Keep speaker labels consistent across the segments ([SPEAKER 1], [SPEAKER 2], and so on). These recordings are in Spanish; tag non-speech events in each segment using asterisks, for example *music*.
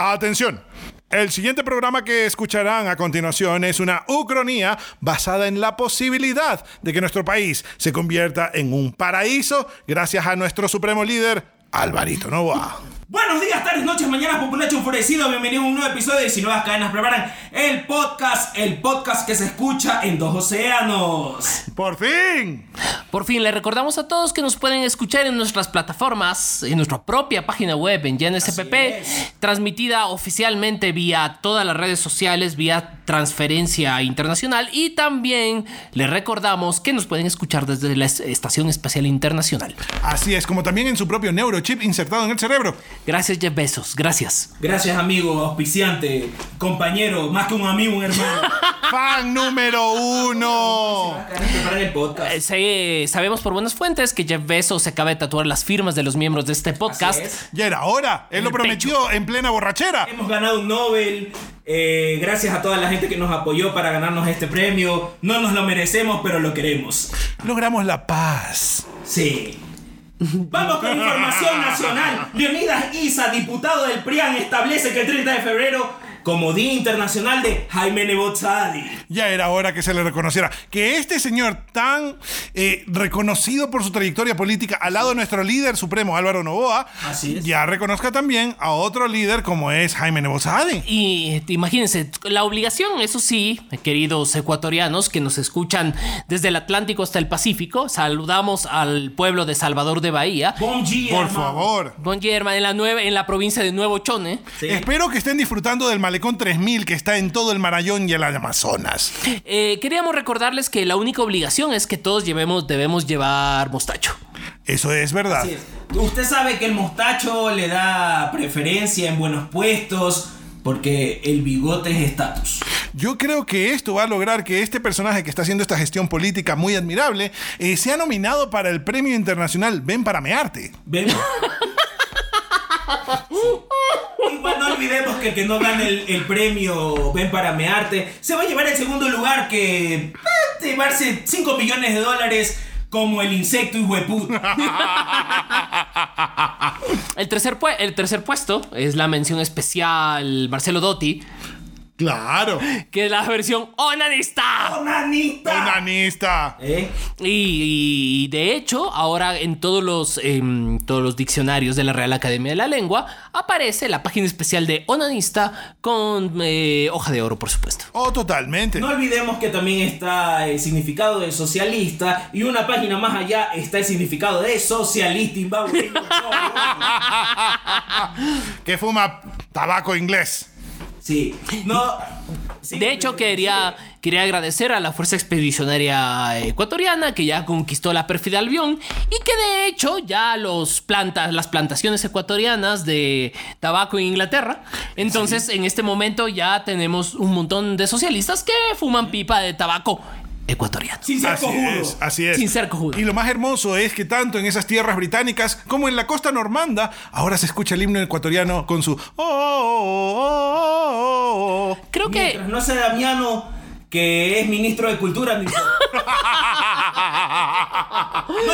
[SPEAKER 1] Atención. El siguiente programa que escucharán a continuación es una ucronía basada en la posibilidad de que nuestro país se convierta en un paraíso gracias a nuestro supremo líder, Alvarito Novoa.
[SPEAKER 2] Buenos días, tardes, noches, mañanas, populacho enfurecido. Bienvenidos a un nuevo episodio de Si Nuevas Cadenas Preparan el podcast, el podcast que se escucha en dos océanos.
[SPEAKER 1] ¡Por fin!
[SPEAKER 3] Por fin, le recordamos a todos que nos pueden escuchar en nuestras plataformas, en nuestra propia página web, en YNSPP,
[SPEAKER 2] es.
[SPEAKER 3] transmitida oficialmente vía todas las redes sociales, vía transferencia internacional y también le recordamos que nos pueden escuchar desde la es- Estación Espacial Internacional.
[SPEAKER 1] Así es, como también en su propio neurochip insertado en el cerebro.
[SPEAKER 3] Gracias, Jeff Bezos, gracias.
[SPEAKER 2] Gracias, amigo, auspiciante, compañero, más que un amigo, un hermano.
[SPEAKER 1] ¡Fan número uno!
[SPEAKER 2] Nuevas Cadenas Preparan el podcast.
[SPEAKER 3] Eh, se- sabemos por buenas fuentes que Jeff Bezos se acaba de tatuar las firmas de los miembros de este podcast.
[SPEAKER 2] es.
[SPEAKER 1] Ya era hora. Él lo
[SPEAKER 3] el
[SPEAKER 1] prometió en plena borrachera.
[SPEAKER 2] Hemos ganado un Nobel. eh, gracias a toda la gente que nos apoyó para ganarnos este premio. No nos lo merecemos, pero lo queremos.
[SPEAKER 1] Logramos la paz.
[SPEAKER 2] Sí. Vamos con información nacional. Leonidas Isa, diputado del PRIAN, establece que el 30 de febrero como Día Internacional de Jaime Nebozadi.
[SPEAKER 1] Ya era hora que se le reconociera. Que este señor tan eh, reconocido por su trayectoria política al lado de nuestro líder supremo Álvaro Novoa,
[SPEAKER 2] Así es.
[SPEAKER 1] ya reconozca también a otro líder como es Jaime Nebozade.
[SPEAKER 3] Y este, imagínense, la obligación, eso sí, queridos ecuatorianos que nos escuchan desde el Atlántico hasta el Pacífico, saludamos al pueblo de Salvador de Bahía.
[SPEAKER 2] Bom dia,
[SPEAKER 1] Por
[SPEAKER 2] hermano.
[SPEAKER 1] favor.
[SPEAKER 3] Bon día, hermano, en la, nueve, en la provincia de Nuevo Chone.
[SPEAKER 2] Sí.
[SPEAKER 1] Espero que estén disfrutando del malecón 3000 que está en todo el Marañón y el Amazonas.
[SPEAKER 3] Eh, queríamos recordarles que la única obligación es que todos llevemos, debemos llevar mostacho.
[SPEAKER 1] Eso es verdad.
[SPEAKER 2] Así es. Usted sabe que el mostacho le da preferencia en buenos puestos porque el bigote es estatus.
[SPEAKER 1] Yo creo que esto va a lograr que este personaje que está haciendo esta gestión política muy admirable eh, sea nominado para el premio internacional Ven para mearte.
[SPEAKER 2] ¿Ven? Igual no olvidemos que el que no gane el, el premio Ven para mearte se va a llevar el segundo lugar que eh, llevarse 5 millones de dólares como el insecto y hueputa.
[SPEAKER 3] El tercer, pue- el tercer puesto es la mención especial Marcelo Dotti,
[SPEAKER 1] Claro.
[SPEAKER 3] que es la versión onanista.
[SPEAKER 2] ¡Nanita!
[SPEAKER 1] Onanista.
[SPEAKER 2] ¿Eh?
[SPEAKER 3] Y, y de hecho, ahora en todos los em, todos los diccionarios de la Real Academia de la Lengua aparece la página especial de Onanista con eh, hoja de oro, por supuesto.
[SPEAKER 1] Oh, totalmente.
[SPEAKER 2] No olvidemos que también está el significado de socialista y una página más allá está el significado de
[SPEAKER 1] *laughs*
[SPEAKER 2] socialista imbabueño.
[SPEAKER 1] que fuma tabaco inglés.
[SPEAKER 2] Sí, no. sí,
[SPEAKER 3] De hecho, quería, quería agradecer a la Fuerza Expedicionaria Ecuatoriana que ya conquistó la perfil de Albión y que de hecho ya los plantas, las plantaciones ecuatorianas de tabaco en Inglaterra. Entonces, en este momento ya tenemos un montón de socialistas que fuman pipa de tabaco ecuatoriano.
[SPEAKER 2] Sin ser
[SPEAKER 1] Así
[SPEAKER 2] cojudo.
[SPEAKER 1] es, así es.
[SPEAKER 3] Sin ser cojudo.
[SPEAKER 1] Y lo más hermoso es que tanto en esas tierras británicas como en la costa normanda, ahora se escucha el himno ecuatoriano con su... "Oh, oh, oh, oh, oh".
[SPEAKER 3] Creo que
[SPEAKER 2] Mientras no sea Damiano, que es ministro de Cultura. ni- no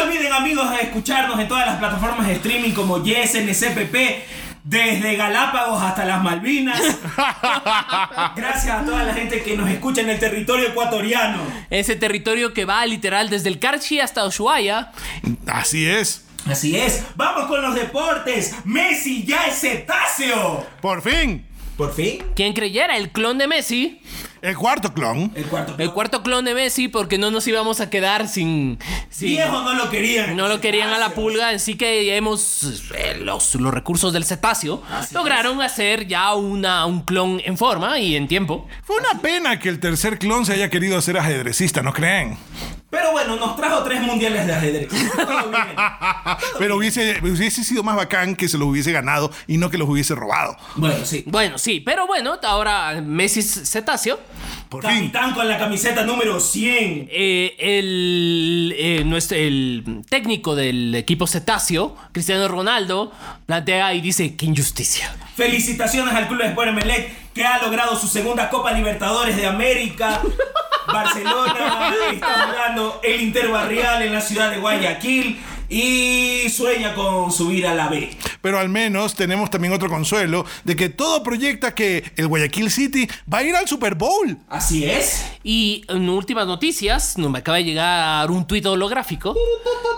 [SPEAKER 2] olviden, amigos, a escucharnos en todas las plataformas de streaming como YSNCPP. Desde Galápagos hasta
[SPEAKER 1] *laughs*
[SPEAKER 2] las Malvinas. Gracias a toda la gente que nos escucha en el territorio ecuatoriano.
[SPEAKER 3] ese territorio que va literal desde el Carchi hasta Ushuaia.
[SPEAKER 1] Así es.
[SPEAKER 2] Así es, vamos con los deportes. Messi ya es cetáceo.
[SPEAKER 1] Por fin.
[SPEAKER 2] Por fin,
[SPEAKER 3] Quien creyera el clon de Messi,
[SPEAKER 1] El cuarto clon.
[SPEAKER 2] el cuarto.
[SPEAKER 3] el cuarto clon de Messi, porque no nos íbamos a quedar sin. sin-
[SPEAKER 2] Viejo no lo querían.
[SPEAKER 3] No lo querían a la
[SPEAKER 2] Cetáceo.
[SPEAKER 3] pulga, así que hemos eh, los, los recursos del cetáceo lograron hacer ya una, un clon en forma y en tiempo.
[SPEAKER 1] Fue una pena que el tercer clon se haya querido hacer ajedrecista, ¿no creen? *laughs*
[SPEAKER 2] Pero bueno, nos trajo tres mundiales de
[SPEAKER 3] *laughs*
[SPEAKER 2] ajedrez. Todo bien.
[SPEAKER 1] Pero hubiese, hubiese sido más bacán que se los hubiese ganado y no que los hubiese robado.
[SPEAKER 2] Bueno, sí.
[SPEAKER 3] Bueno, sí, pero bueno, ahora Messi es cetáceo.
[SPEAKER 1] Por fin.
[SPEAKER 2] Capitán con la camiseta número 100.
[SPEAKER 3] Eh, el, eh, nuestro- el técnico del equipo cetáceo, Cristiano Ronaldo, plantea y dice, qué injusticia.
[SPEAKER 2] Felicitaciones al club de Sport Emelec que ha logrado su segunda Copa Libertadores de
[SPEAKER 3] *laughs*
[SPEAKER 2] América. Barcelona está jugando el Interbarrial en la ciudad de Guayaquil y sueña con subir a la B.
[SPEAKER 1] Pero al menos tenemos también otro consuelo de que todo proyecta que el Guayaquil City va a ir al Super Bowl.
[SPEAKER 2] Así es.
[SPEAKER 3] Y en últimas noticias, no me acaba de llegar un tuit holográfico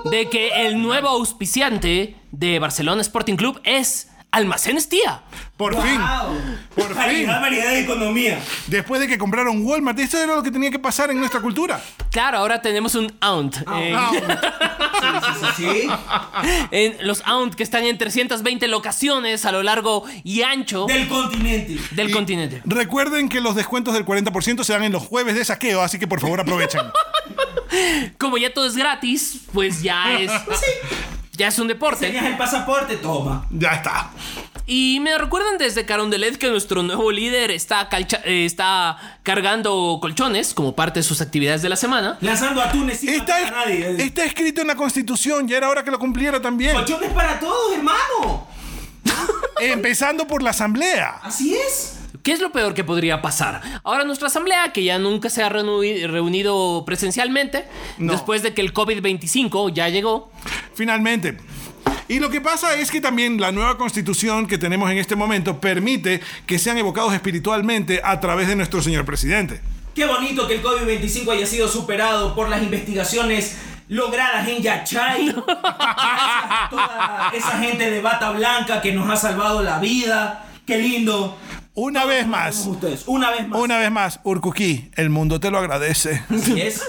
[SPEAKER 3] de que el nuevo auspiciante de Barcelona Sporting Club es Almacenes Tía.
[SPEAKER 1] Por fin. Por fin.
[SPEAKER 2] Calidad, variedad y economía.
[SPEAKER 1] Después de que compraron Walmart, esto era lo que tenía que pasar en nuestra cultura.
[SPEAKER 3] Claro, ahora tenemos un eh, aunt. en-
[SPEAKER 1] ah,
[SPEAKER 2] Sí, sí, sí.
[SPEAKER 3] *laughs* en los aunt que están en 320 locaciones a lo largo y ancho
[SPEAKER 2] Del continente.
[SPEAKER 3] del continente.
[SPEAKER 1] Recuerden que los descuentos del 40% se dan en los jueves de saqueo, así que por favor aprovechen.
[SPEAKER 3] Como ya todo es gratis, pues ya es. Ya es un deporte.
[SPEAKER 2] Tenías el pasaporte, toma.
[SPEAKER 1] *laughs* ya está.
[SPEAKER 3] Y me recuerdan desde Carondelet que nuestro nuevo líder está, calcha- eh, está cargando colchones como parte de sus actividades de la semana.
[SPEAKER 2] Lanzando atunes sin
[SPEAKER 1] Está,
[SPEAKER 2] matar a nadie.
[SPEAKER 1] está escrito en la Constitución, ya era hora que lo cumpliera también.
[SPEAKER 2] Colchones para todos, hermano.
[SPEAKER 1] Empezando por la Asamblea.
[SPEAKER 2] Así es.
[SPEAKER 3] ¿Qué es lo peor que podría pasar? Ahora nuestra asamblea, que ya nunca se ha reuni- reunido presencialmente,
[SPEAKER 1] No.
[SPEAKER 3] después de que el COVID-25 ya llegó,
[SPEAKER 1] Finalmente. Y lo que pasa es que también la nueva constitución que tenemos en este momento permite que sean evocados espiritualmente a través de nuestro señor presidente.
[SPEAKER 2] Qué bonito que el COVID-25 haya sido superado por las investigaciones logradas en Yachay. Gracias a toda esa gente de bata blanca que nos ha salvado la vida. Qué lindo.
[SPEAKER 1] Una vez más,
[SPEAKER 2] Ustedes, una vez más.
[SPEAKER 1] una vez más, Urcuquí, el mundo te lo agradece.
[SPEAKER 2] Así es.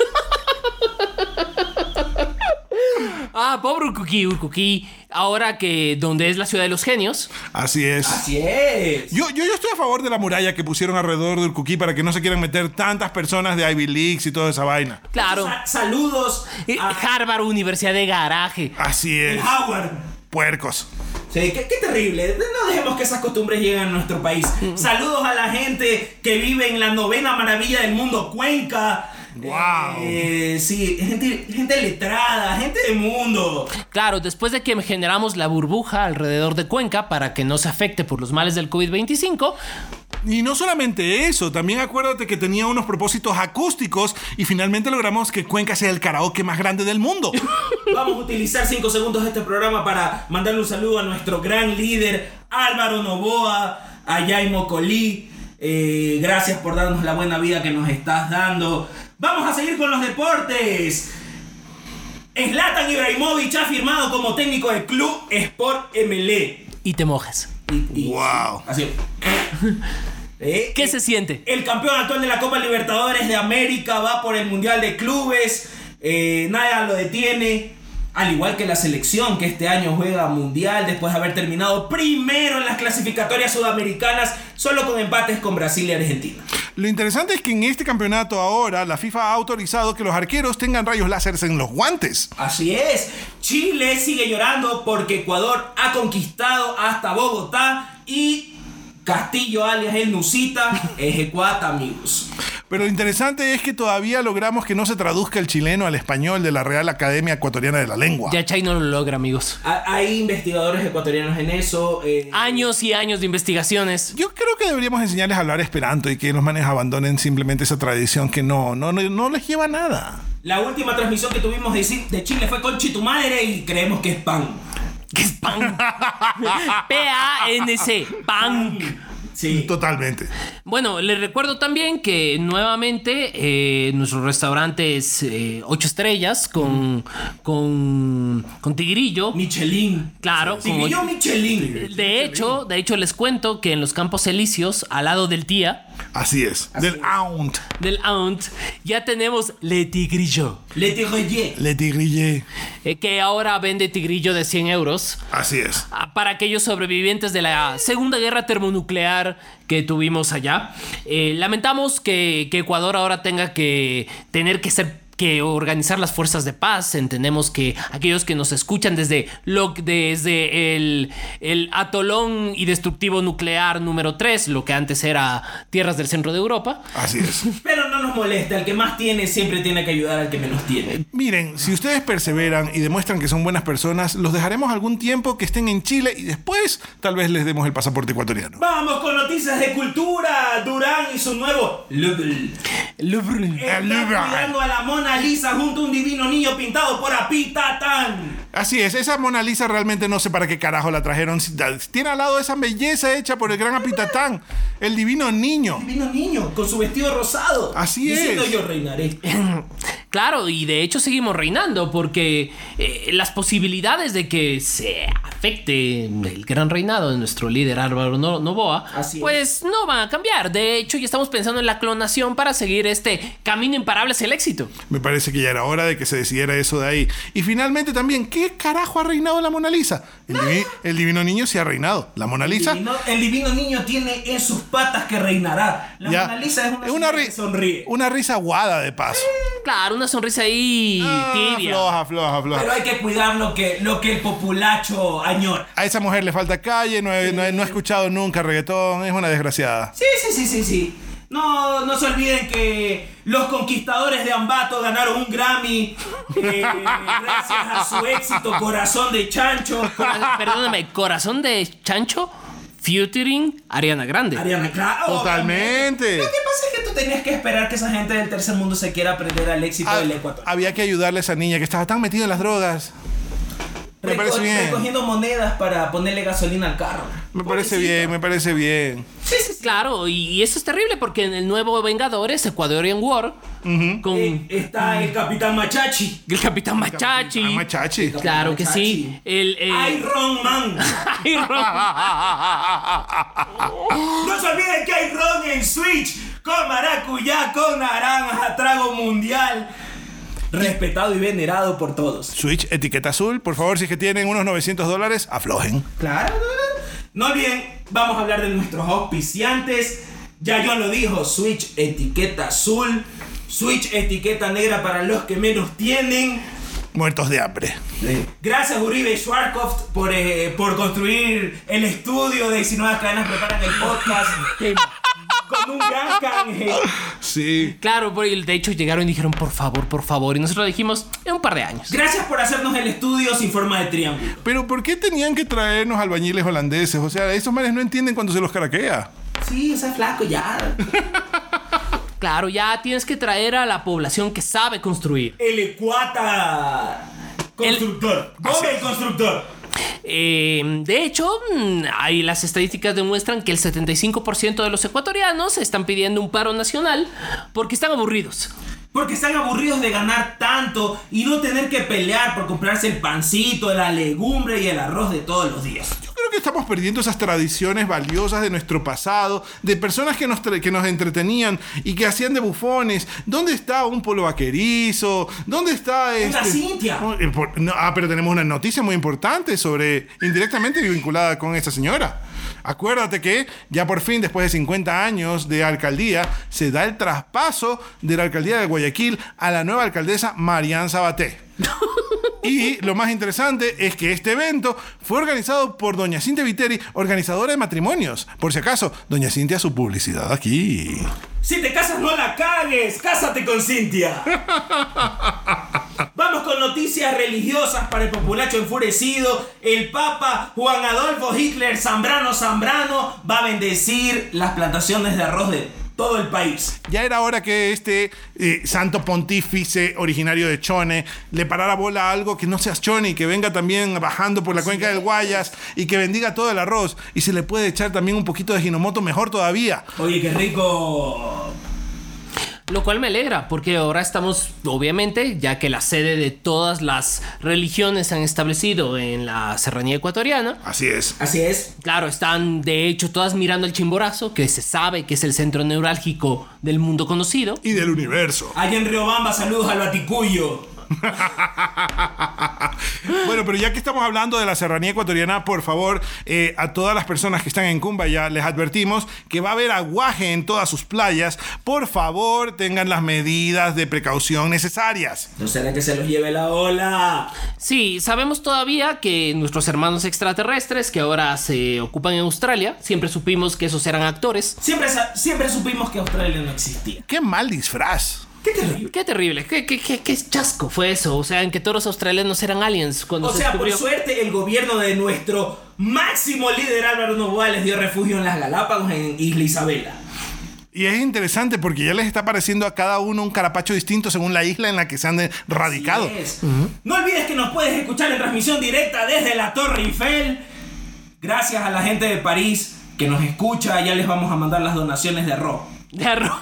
[SPEAKER 3] Ah, pobre Urcuquí, Urcuquí. Ahora que donde es la ciudad de los genios,
[SPEAKER 1] Así es.
[SPEAKER 2] Así es.
[SPEAKER 1] Yo, yo, yo estoy a favor de la muralla que pusieron alrededor del Cuquí para que no se quieran meter tantas personas de Ivy Leagues y toda esa vaina.
[SPEAKER 3] claro.
[SPEAKER 2] Sa- saludos
[SPEAKER 3] eh,
[SPEAKER 2] a
[SPEAKER 3] Harvard, Universidad de Garaje.
[SPEAKER 1] Así es.
[SPEAKER 2] Howard.
[SPEAKER 1] Puercos.
[SPEAKER 2] Sí, qué, qué terrible. No dejemos que esas costumbres lleguen a nuestro país. Saludos a la gente que vive en la novena maravilla del mundo, Cuenca.
[SPEAKER 1] Guau.
[SPEAKER 2] Eh, sí, gente, gente letrada, gente de mundo.
[SPEAKER 3] Claro, después de que generamos la burbuja alrededor de Cuenca para que no se afecte por los males del COVID-25,
[SPEAKER 1] Y no solamente eso, también acuérdate que tenía unos propósitos acústicos y finalmente logramos que Cuenca sea el karaoke más grande del mundo.
[SPEAKER 2] Vamos a utilizar 5 segundos de este programa para mandarle un saludo a nuestro gran líder Álvaro Novoa, a Yaimo Colí. Eh, gracias por darnos la buena vida que nos estás dando. Vamos a seguir con los deportes. Zlatan Ibrahimovic ha firmado como técnico del club Sport MLE.
[SPEAKER 3] y te mojas.
[SPEAKER 1] Wow.
[SPEAKER 3] *laughs*
[SPEAKER 2] Así. Eh,
[SPEAKER 3] ¿Qué
[SPEAKER 2] eh,
[SPEAKER 3] se siente?
[SPEAKER 2] el campeón actual de la Copa Libertadores de América va por el Mundial de Clubes. eh, nada lo detiene. Al igual que la selección que este año juega Mundial después de haber terminado primero en las clasificatorias sudamericanas, solo con empates con Brasil y Argentina.
[SPEAKER 1] Lo interesante es que en este campeonato ahora la FIFA ha autorizado que los arqueros tengan rayos láseres en los guantes.
[SPEAKER 2] Así es, Chile sigue llorando porque Ecuador ha conquistado hasta Bogotá y Castillo alias el Nusita es Ecuata, amigos.
[SPEAKER 1] Pero lo interesante es que todavía logramos que no se traduzca el chileno al español de la Real Academia Ecuatoriana de la Lengua.
[SPEAKER 3] Ya Chay no lo logra, amigos.
[SPEAKER 2] Ha- Hay investigadores ecuatorianos en eso. eh,
[SPEAKER 3] Años y años de investigaciones.
[SPEAKER 1] Yo creo que deberíamos enseñarles a hablar esperanto y que los manes abandonen simplemente esa tradición que no, no, no, no les lleva a nada.
[SPEAKER 2] La última transmisión que tuvimos de, Ci- de Chile fue con tu madre y creemos que es pan.
[SPEAKER 3] ¿Qué es PAN? P-A-N-C. PAN.
[SPEAKER 2] Sí.
[SPEAKER 1] Totalmente.
[SPEAKER 3] Bueno, les recuerdo también que nuevamente eh, nuestro restaurante es 8 estrellas con, con, con Tigrillo.
[SPEAKER 2] Michelin.
[SPEAKER 3] Claro, como-
[SPEAKER 2] Tigrillo Michelin.
[SPEAKER 3] de hecho, de hecho les cuento que en los Campos Elíseos, al lado del tía,
[SPEAKER 1] Así es. Del aunt.
[SPEAKER 3] del aunt, ya tenemos Le Tigrillo,
[SPEAKER 2] Le Tigrillier.
[SPEAKER 1] Le tigrillé.
[SPEAKER 3] eh, que ahora vende Tigrillo de 100 euros.
[SPEAKER 1] Así es.
[SPEAKER 3] ah, para aquellos sobrevivientes de la Segunda Guerra Termonuclear que tuvimos allá. Eh, lamentamos que, que Ecuador ahora tenga que tener que ser que organizar las fuerzas de paz. Entendemos que aquellos que nos escuchan desde, lo, desde el, el atolón y destructivo nuclear número 3, lo que antes era tierras del centro de Europa.
[SPEAKER 1] Así es.
[SPEAKER 2] Pero no nos molesta, el que más tiene siempre tiene que ayudar al que menos tiene.
[SPEAKER 1] Miren, si ustedes perseveran y demuestran que son buenas personas, los dejaremos algún tiempo que estén en Chile y después tal vez les demos el pasaporte ecuatoriano.
[SPEAKER 2] Vamos con noticias de cultura. Durán y su nuevo Louvre.
[SPEAKER 1] El
[SPEAKER 2] Están
[SPEAKER 1] Louvre.
[SPEAKER 2] cuidando a la Mona Lisa junto a un divino niño pintado por Apitatán.
[SPEAKER 1] Así es, esa Mona Lisa realmente no sé para qué carajo la trajeron. Si- Tiene al lado esa belleza hecha por el gran Apitatán, el divino niño.
[SPEAKER 2] Divino niño con su vestido rosado.
[SPEAKER 1] Así
[SPEAKER 2] Diciendo
[SPEAKER 1] es.
[SPEAKER 2] yo reinaré.
[SPEAKER 3] Claro, y de hecho seguimos reinando porque eh, las posibilidades de que se afecte el gran reinado de nuestro líder Álvaro No- Novoa,
[SPEAKER 2] Así es.
[SPEAKER 3] pues no van a cambiar. De hecho, ya estamos pensando en la clonación para seguir este camino imparable hacia el éxito.
[SPEAKER 1] Me parece que ya era hora de que se decidiera eso de ahí. Y finalmente también, ¿qué carajo ha reinado la Mona Lisa? El, divi- el divino niño sí ha reinado. La Mona Lisa
[SPEAKER 2] Divino- el divino niño tiene en sus patas que reinará. La
[SPEAKER 1] ya
[SPEAKER 2] Mona Lisa es una,
[SPEAKER 1] ri-
[SPEAKER 2] señora que sonríe.
[SPEAKER 1] Una risa aguada de paso.
[SPEAKER 3] Claro, una sonrisa ahí
[SPEAKER 1] Ah,
[SPEAKER 3] tibia.
[SPEAKER 1] floja, floja, floja.
[SPEAKER 2] Pero hay que cuidar lo que, lo que el populacho añora.
[SPEAKER 1] A esa mujer le falta calle, no he, no he- no he escuchado nunca reggaetón, es una desgraciada.
[SPEAKER 2] Sí, sí, sí, sí, sí. No, no se olviden que los conquistadores de Ambato ganaron un Grammy eh, *laughs* gracias a su éxito Corazón de Chancho.
[SPEAKER 3] Cora- Perdóname, corazón de chancho, featuring Ariana Grande.
[SPEAKER 2] Ariana, claro.
[SPEAKER 1] Totalmente.
[SPEAKER 2] Lo que pasa es que tú tenías que esperar que esa gente del tercer mundo se quiera aprender al éxito
[SPEAKER 1] Ha-
[SPEAKER 2] del Ecuador.
[SPEAKER 1] Ah, había que ayudarle a esa niña que estaba tan metida en las drogas. me
[SPEAKER 2] Reco-
[SPEAKER 1] parece bien.
[SPEAKER 2] Recogiendo monedas para ponerle gasolina al carro.
[SPEAKER 1] Me parece bien, me parece bien.
[SPEAKER 2] Sí, sí, sí.
[SPEAKER 3] Claro, y, y eso es terrible porque en el nuevo Vengadores, Ecuadorian War, con
[SPEAKER 2] Eh, está el Capitán Machachi.
[SPEAKER 3] el Capitán Machachi.
[SPEAKER 1] Ah, machachi.
[SPEAKER 3] Claro que sí. El, eh, *laughs*
[SPEAKER 2] Iron Man.
[SPEAKER 3] Iron Man.
[SPEAKER 2] No se olviden que hay ron en Switch con maracuyá, con naranja, trago mundial. Respetado y venerado por todos.
[SPEAKER 1] Switch, etiqueta azul. Por favor, si es que tienen unos 900 dólares, aflojen.
[SPEAKER 2] Claro. No olviden, vamos a hablar de nuestros auspiciantes. Ya yo lo dijo, Switch etiqueta azul, Switch etiqueta negra para los que menos tienen.
[SPEAKER 1] Muertos de hambre.
[SPEAKER 2] Gracias Uribe Schwarzkopf por, eh, por construir el estudio de Si Nuevas Cadenas Preparan el Podcast con un gran canje.
[SPEAKER 1] Sí.
[SPEAKER 3] Claro, por- y de hecho llegaron y dijeron, por favor, por favor. Y nosotros dijimos, en un par de años.
[SPEAKER 2] Gracias por hacernos el estudio sin forma de triángulo.
[SPEAKER 1] Pero ¿por qué tenían que traernos albañiles holandeses? O sea, esos manes no entienden cuando se los caraquea.
[SPEAKER 2] Sí, ese flaco ya.
[SPEAKER 3] Claro, ya tienes que traer a la población que sabe construir.
[SPEAKER 2] El Ecuata. Constructor. Gómez el constructor.
[SPEAKER 3] Eh, de hecho, mm, ahí las estadísticas demuestran que el 75% de los ecuatorianos están pidiendo un paro nacional porque están aburridos.
[SPEAKER 2] Porque están aburridos de ganar tanto y no tener que pelear por comprarse el pancito, la legumbre y el arroz de todos los días.
[SPEAKER 1] Yo creo que estamos perdiendo esas tradiciones valiosas de nuestro pasado, de personas que nos, tra- que nos entretenían y que hacían de bufones. ¿Dónde está un polo vaquerizo? ¿Dónde está este?
[SPEAKER 2] Cintia.
[SPEAKER 1] Oh, eh, por- no, ah, pero tenemos una noticia muy importante sobre indirectamente vinculada con esta señora. Acuérdate que ya por fin, después de 50 años de alcaldía, se da el traspaso de la alcaldía de Guayaquil a la nueva alcaldesa Marian Sabaté. Y lo más interesante es que este evento fue organizado por Doña Cintia Viteri, organizadora de matrimonios. Por si acaso, Doña Cintia su publicidad aquí.
[SPEAKER 2] Si te casas, no la cagues. Cásate con Cintia. Vamos con noticias religiosas para el populacho enfurecido. El Papa Juan Adolfo Hitler Zambrano Zambrano va a bendecir las plantaciones de arroz de todo el país.
[SPEAKER 1] Ya era hora que este eh, santo pontífice originario de Chone le parara bola a algo que no seas Chone y que venga también bajando por la cuenca del Guayas y que bendiga todo el arroz. Y se le puede echar también un poquito de ginomoto mejor todavía.
[SPEAKER 2] Oye, qué rico.
[SPEAKER 3] Lo cual me alegra, porque ahora estamos, obviamente, ya que la sede de todas las religiones se han establecido en la serranía ecuatoriana.
[SPEAKER 1] Así es.
[SPEAKER 2] Así es.
[SPEAKER 3] Claro, están de hecho todas mirando el Chimborazo, que se sabe que es el centro neurálgico del mundo conocido.
[SPEAKER 1] Y del universo.
[SPEAKER 2] Allá en Riobamba, saludos al Baticuyo.
[SPEAKER 1] bueno, pero ya que estamos hablando de la serranía ecuatoriana, por favor, eh, a todas las personas que están en Cumbaya, les advertimos que va a haber aguaje en todas sus playas. Por favor, tengan las medidas de precaución necesarias.
[SPEAKER 2] No será que se los lleve la ola.
[SPEAKER 3] Sí, sabemos todavía que nuestros hermanos extraterrestres que ahora se ocupan en Australia, siempre supimos que esos eran actores.
[SPEAKER 2] Siempre, sa- siempre supimos que Australia no existía.
[SPEAKER 1] ¡Qué mal disfraz!
[SPEAKER 2] Qué terrible.
[SPEAKER 3] Qué terrible, qué, qué, qué- qué chasco fue eso. O sea, en que todos los australianos eran aliens cuando
[SPEAKER 2] O
[SPEAKER 3] se
[SPEAKER 2] sea, por
[SPEAKER 3] descubrió.
[SPEAKER 2] suerte el gobierno de nuestro máximo líder Álvaro Novoa les dio refugio en las Galápagos en Isla Isabela.
[SPEAKER 1] Y es interesante porque ya les está pareciendo a cada uno un carapacho distinto según la isla en la que se han radicado.
[SPEAKER 2] Así es. No olvides que nos puedes escuchar en transmisión directa desde la Torre Eiffel. Gracias a la gente de París que nos escucha, ya les vamos a mandar las donaciones de arroz.
[SPEAKER 3] De arro-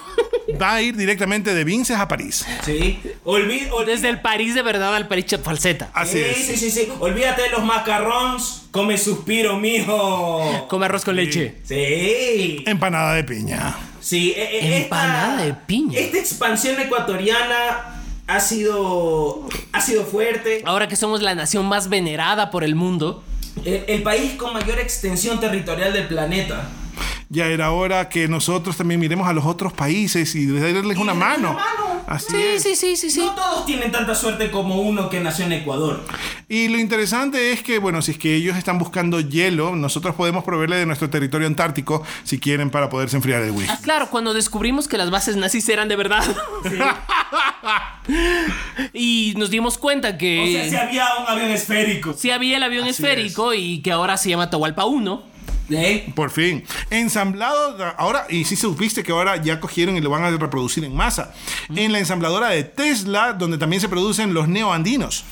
[SPEAKER 1] Va a ir directamente de Vinces a París.
[SPEAKER 2] ¿Sí? Olvi- olvi-
[SPEAKER 3] *laughs* Desde el París de verdad al París cha- falseta.
[SPEAKER 1] Así
[SPEAKER 2] Sí,
[SPEAKER 1] es.
[SPEAKER 2] sí, sí, sí. Olvídate de los macarrons. Come suspiro, mijo.
[SPEAKER 3] Come arroz con leche.
[SPEAKER 2] Sí.
[SPEAKER 1] Empanada de piña.
[SPEAKER 2] Sí, e- e-
[SPEAKER 3] Empanada de piña.
[SPEAKER 2] Esta expansión ecuatoriana ha sido, ha sido fuerte.
[SPEAKER 3] Ahora que somos la nación más venerada por el mundo.
[SPEAKER 2] El, el país con mayor extensión territorial del planeta.
[SPEAKER 1] Ya era hora que nosotros también miremos a los otros países y darles una mano. Así
[SPEAKER 3] Sí,
[SPEAKER 1] es.
[SPEAKER 3] sí, sí, sí, sí.
[SPEAKER 2] No todos tienen tanta suerte como uno que nació en Ecuador.
[SPEAKER 1] Y lo interesante es que, bueno, si es que ellos están buscando hielo, nosotros podemos proveerle de nuestro territorio antártico si quieren para poderse enfriar el whisky.
[SPEAKER 3] Claro, cuando descubrimos que las bases nazis eran de verdad. *laughs* y nos dimos cuenta que
[SPEAKER 2] O sea, si había un avión esférico.
[SPEAKER 3] sí había el avión esférico y que ahora se llama Tahualpa 1.
[SPEAKER 2] ¿Eh?
[SPEAKER 1] Por fin. Ensamblado, ahora, y sí supiste que ahora ya cogieron y lo van a reproducir en masa. En la ensambladora de Tesla, donde también se producen los neoandinos.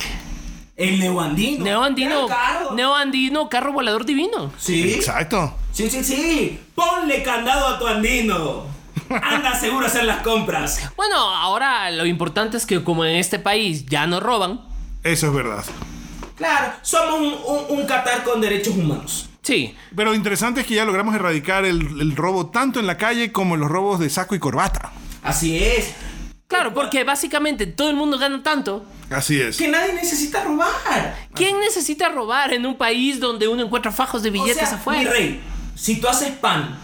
[SPEAKER 2] El neoandino.
[SPEAKER 3] Neoandino,
[SPEAKER 2] Claro.
[SPEAKER 3] neoandino, carro volador divino.
[SPEAKER 2] Sí.
[SPEAKER 1] Exacto.
[SPEAKER 2] Sí, sí, sí. Ponle candado a tu andino. Anda seguro a hacer las compras.
[SPEAKER 3] Bueno, ahora lo importante es que como en este país ya no roban,
[SPEAKER 1] Eso es verdad.
[SPEAKER 2] Claro, somos un, un- un Qatar con derechos humanos.
[SPEAKER 3] sí,
[SPEAKER 1] Pero lo interesante es que ya logramos erradicar el, el robo tanto en la calle como los robos de saco y corbata.
[SPEAKER 2] Así es.
[SPEAKER 3] claro, porque básicamente todo el mundo gana tanto.
[SPEAKER 1] Así es.
[SPEAKER 2] Que nadie necesita robar.
[SPEAKER 3] ¿Quién necesita robar en un país donde uno encuentra fajos de billetes
[SPEAKER 2] o sea,
[SPEAKER 3] afuera?
[SPEAKER 2] Mi rey, si tú haces pan,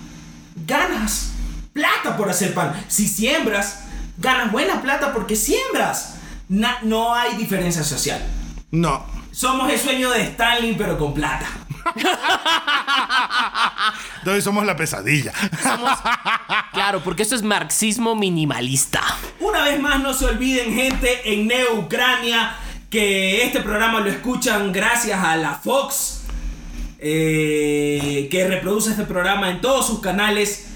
[SPEAKER 2] ganas plata por hacer pan. Si siembras, ganas buena plata porque siembras. Na- no hay diferencia social.
[SPEAKER 1] No.
[SPEAKER 2] Somos el sueño de Stanley, pero con plata.
[SPEAKER 1] Entonces somos la pesadilla.
[SPEAKER 3] Claro, porque esto es marxismo minimalista.
[SPEAKER 2] Una vez más, no se olviden, gente, en Neo Ucrania, que este programa lo escuchan gracias a la Fox, eh, que reproduce este programa en todos sus canales.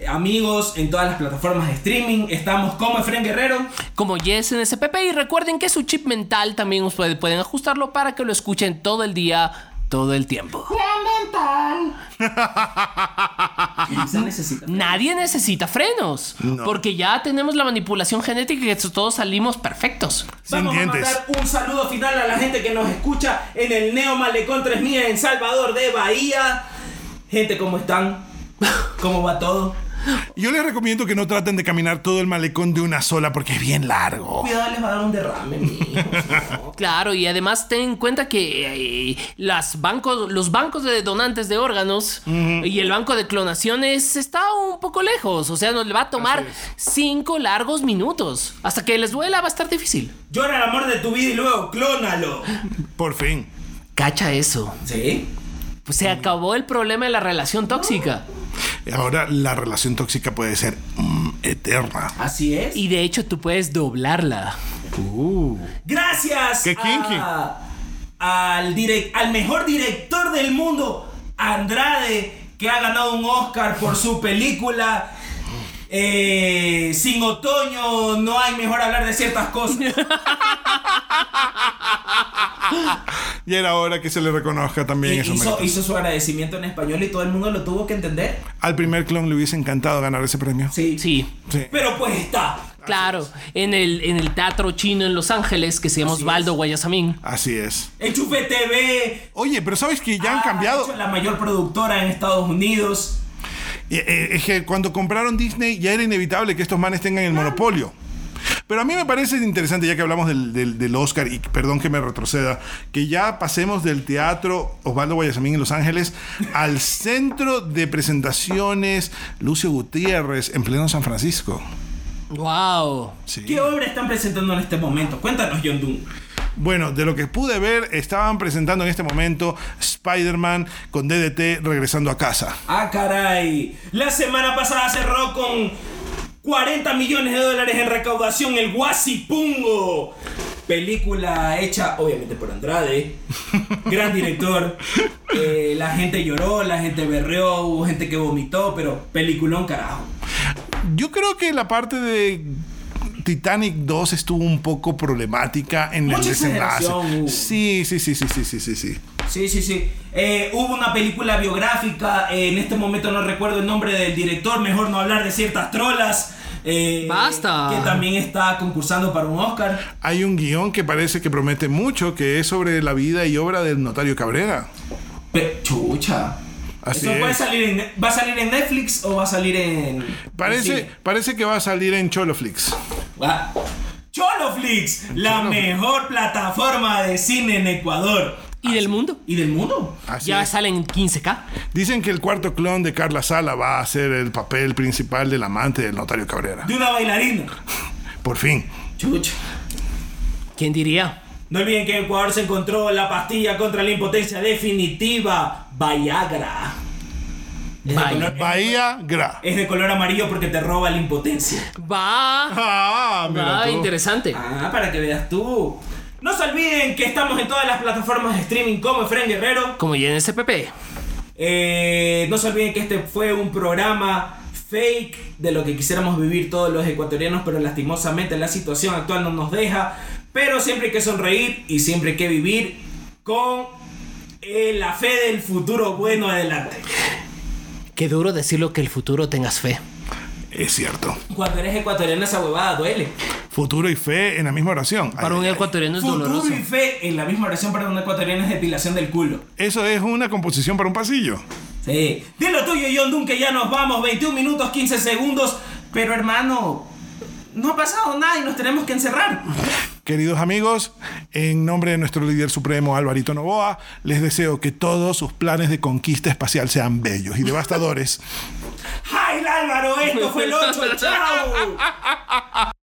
[SPEAKER 2] Eh, Amigos, en todas las plataformas de streaming, estamos como Efren Guerrero.
[SPEAKER 3] Como Yes en SPP y recuerden que su chip mental también ustedes pueden ajustarlo para que lo escuchen todo el día, todo el tiempo.
[SPEAKER 2] Se necesita.
[SPEAKER 3] Nadie necesita frenos, porque ya tenemos la manipulación genética y que todos salimos perfectos.
[SPEAKER 1] Sin
[SPEAKER 2] Vamos
[SPEAKER 1] dientes.
[SPEAKER 2] a mandar un saludo final a la gente que nos escucha en el Neo Malecón 3000 en Salvador de Bahía. Gente, ¿cómo están? ¿Cómo va todo?
[SPEAKER 1] Yo les recomiendo que no traten de caminar todo el malecón de una sola porque es bien largo.
[SPEAKER 2] Cuidado, les va a dar un derrame, mijo.
[SPEAKER 3] Claro, y además ten en cuenta que eh, las bancos, los bancos de donantes de órganos y el banco de clonaciones está un poco lejos. O sea, nos le va a tomar cinco largos minutos. Hasta que les duela va a estar difícil.
[SPEAKER 2] Llora el amor de tu vida y luego clónalo.
[SPEAKER 1] Por fin.
[SPEAKER 3] Cacha eso.
[SPEAKER 2] ¿Sí?
[SPEAKER 3] Pues se acabó el problema de la relación tóxica.
[SPEAKER 1] Ahora la relación tóxica puede ser mm, eterna.
[SPEAKER 2] Así es.
[SPEAKER 3] Y de hecho tú puedes doblarla.
[SPEAKER 2] gracias
[SPEAKER 1] Qué kinky.
[SPEAKER 2] a- al, direc- al mejor director del mundo, Andrade, que ha ganado un Oscar por su película. eh, sin otoño no hay mejor hablar de ciertas cosas.
[SPEAKER 1] Y era hora que se le reconozca
[SPEAKER 2] Y
[SPEAKER 1] también eso.
[SPEAKER 2] hizo, hizo su agradecimiento en español y todo el mundo lo tuvo que entender.
[SPEAKER 1] Al primer clon le hubiese encantado ganar ese premio.
[SPEAKER 3] Sí.
[SPEAKER 1] Sí.
[SPEAKER 2] Pero pues está.
[SPEAKER 3] Claro, en el, en el teatro chino en Los Ángeles que se llama Osvaldo Guayasamín.
[SPEAKER 1] Así es.
[SPEAKER 2] Enchufe TV.
[SPEAKER 1] Oye, pero sabes que ya han
[SPEAKER 2] ha
[SPEAKER 1] cambiado.
[SPEAKER 2] hecho La mayor productora en Estados Unidos.
[SPEAKER 1] Eh, eh, Es que cuando compraron Disney ya era inevitable que estos manes tengan el monopolio. Pero a mí me parece interesante, ya que hablamos del, del- del Oscar, y perdón que me retroceda, que ya pasemos del teatro Osvaldo Guayasamín en Los Ángeles al centro de presentaciones Lucio Gutiérrez en pleno San Francisco.
[SPEAKER 3] Wow.
[SPEAKER 1] Sí.
[SPEAKER 2] ¿Qué obra están presentando en este momento? Cuéntanos, John Doon.
[SPEAKER 1] Bueno, de lo que pude ver, estaban presentando en este momento Spider-Man con DDT regresando a casa.
[SPEAKER 2] Ah, caray. La semana pasada cerró con 40 millones de dólares en recaudación el Guasipungo. Película hecha obviamente por *laughs* Andrade, gran director. Eh, la gente lloró, la gente berreó, hubo gente que vomitó, pero peliculón carajo.
[SPEAKER 1] Yo creo que la parte de Titanic 2 estuvo un poco problemática en el
[SPEAKER 2] Mucha
[SPEAKER 1] desenlace.
[SPEAKER 2] exageración, Hugo.
[SPEAKER 1] Sí, sí, sí, sí, sí, sí, sí, sí.
[SPEAKER 2] Sí, sí, sí. Eh, hubo una película biográfica, eh, en este momento no recuerdo el nombre del director, mejor no hablar de ciertas trolas. eh,
[SPEAKER 3] Basta.
[SPEAKER 2] Que también está concursando para un Oscar.
[SPEAKER 1] Hay un guión que parece que promete mucho, que es sobre la vida y obra del notario Cabrera.
[SPEAKER 2] Pe- chucha.
[SPEAKER 1] Así
[SPEAKER 2] ¿Eso va, a
[SPEAKER 1] es.
[SPEAKER 2] salir en, ¿Va a salir en Netflix o va a salir en. en
[SPEAKER 1] Parece,
[SPEAKER 2] cine?
[SPEAKER 1] parece que va a salir en Choloflix.
[SPEAKER 2] Ah. Choloflix, la mejor plataforma de cine en Ecuador.
[SPEAKER 3] ¿Y del mundo?
[SPEAKER 2] ¿Y del mundo?
[SPEAKER 1] Así
[SPEAKER 3] Ya
[SPEAKER 1] es.
[SPEAKER 3] salen 15K.
[SPEAKER 1] Dicen que el cuarto clon de Carla Sala va a ser el papel principal del amante del notario Cabrera.
[SPEAKER 2] De una bailarina.
[SPEAKER 1] Por fin.
[SPEAKER 2] Chucha.
[SPEAKER 3] ¿Quién diría?
[SPEAKER 2] No olviden que en Ecuador se encontró la pastilla contra la impotencia definitiva, Viagra. Es de,
[SPEAKER 3] Vaya.
[SPEAKER 2] color,
[SPEAKER 1] Bahía Gra.
[SPEAKER 2] es de color amarillo porque te roba la impotencia.
[SPEAKER 3] Va.
[SPEAKER 1] Ah, *laughs* mira
[SPEAKER 3] Va,
[SPEAKER 1] tú.
[SPEAKER 3] interesante.
[SPEAKER 2] Ah, para que veas tú. No se olviden que estamos en todas las plataformas de streaming como Efraín Guerrero.
[SPEAKER 3] Como ya en SPP.
[SPEAKER 2] Eh, no se olviden que este fue un programa fake de lo que quisiéramos vivir todos los ecuatorianos, pero lastimosamente la situación actual no nos deja. Pero siempre hay que sonreír y siempre hay que vivir con eh, la fe del futuro bueno adelante.
[SPEAKER 3] Qué duro decirlo que el futuro tengas fe.
[SPEAKER 1] Es cierto.
[SPEAKER 2] Cuando eres ecuatoriano esa huevada duele.
[SPEAKER 1] Futuro y fe en la misma oración.
[SPEAKER 3] Para
[SPEAKER 1] Ay,
[SPEAKER 3] un
[SPEAKER 1] ay,
[SPEAKER 3] ecuatoriano es
[SPEAKER 2] Futuro
[SPEAKER 3] doloroso.
[SPEAKER 2] y fe en la misma oración para un ecuatoriano es depilación del culo.
[SPEAKER 1] ay. Eso es una composición para un pasillo.
[SPEAKER 2] Sí. Dilo tuyo, John Doon, que ya nos vamos. 21 minutos, 15 segundos. Pero hermano, no ha pasado nada y nos tenemos
[SPEAKER 3] *laughs*
[SPEAKER 2] que encerrar.
[SPEAKER 1] Queridos amigos, en nombre de nuestro líder supremo Alvarito Novoa, les deseo que todos sus planes de conquista espacial sean bellos y devastadores.
[SPEAKER 2] ¡Ay, Álvaro! Esto fue el 8. ¡Chao!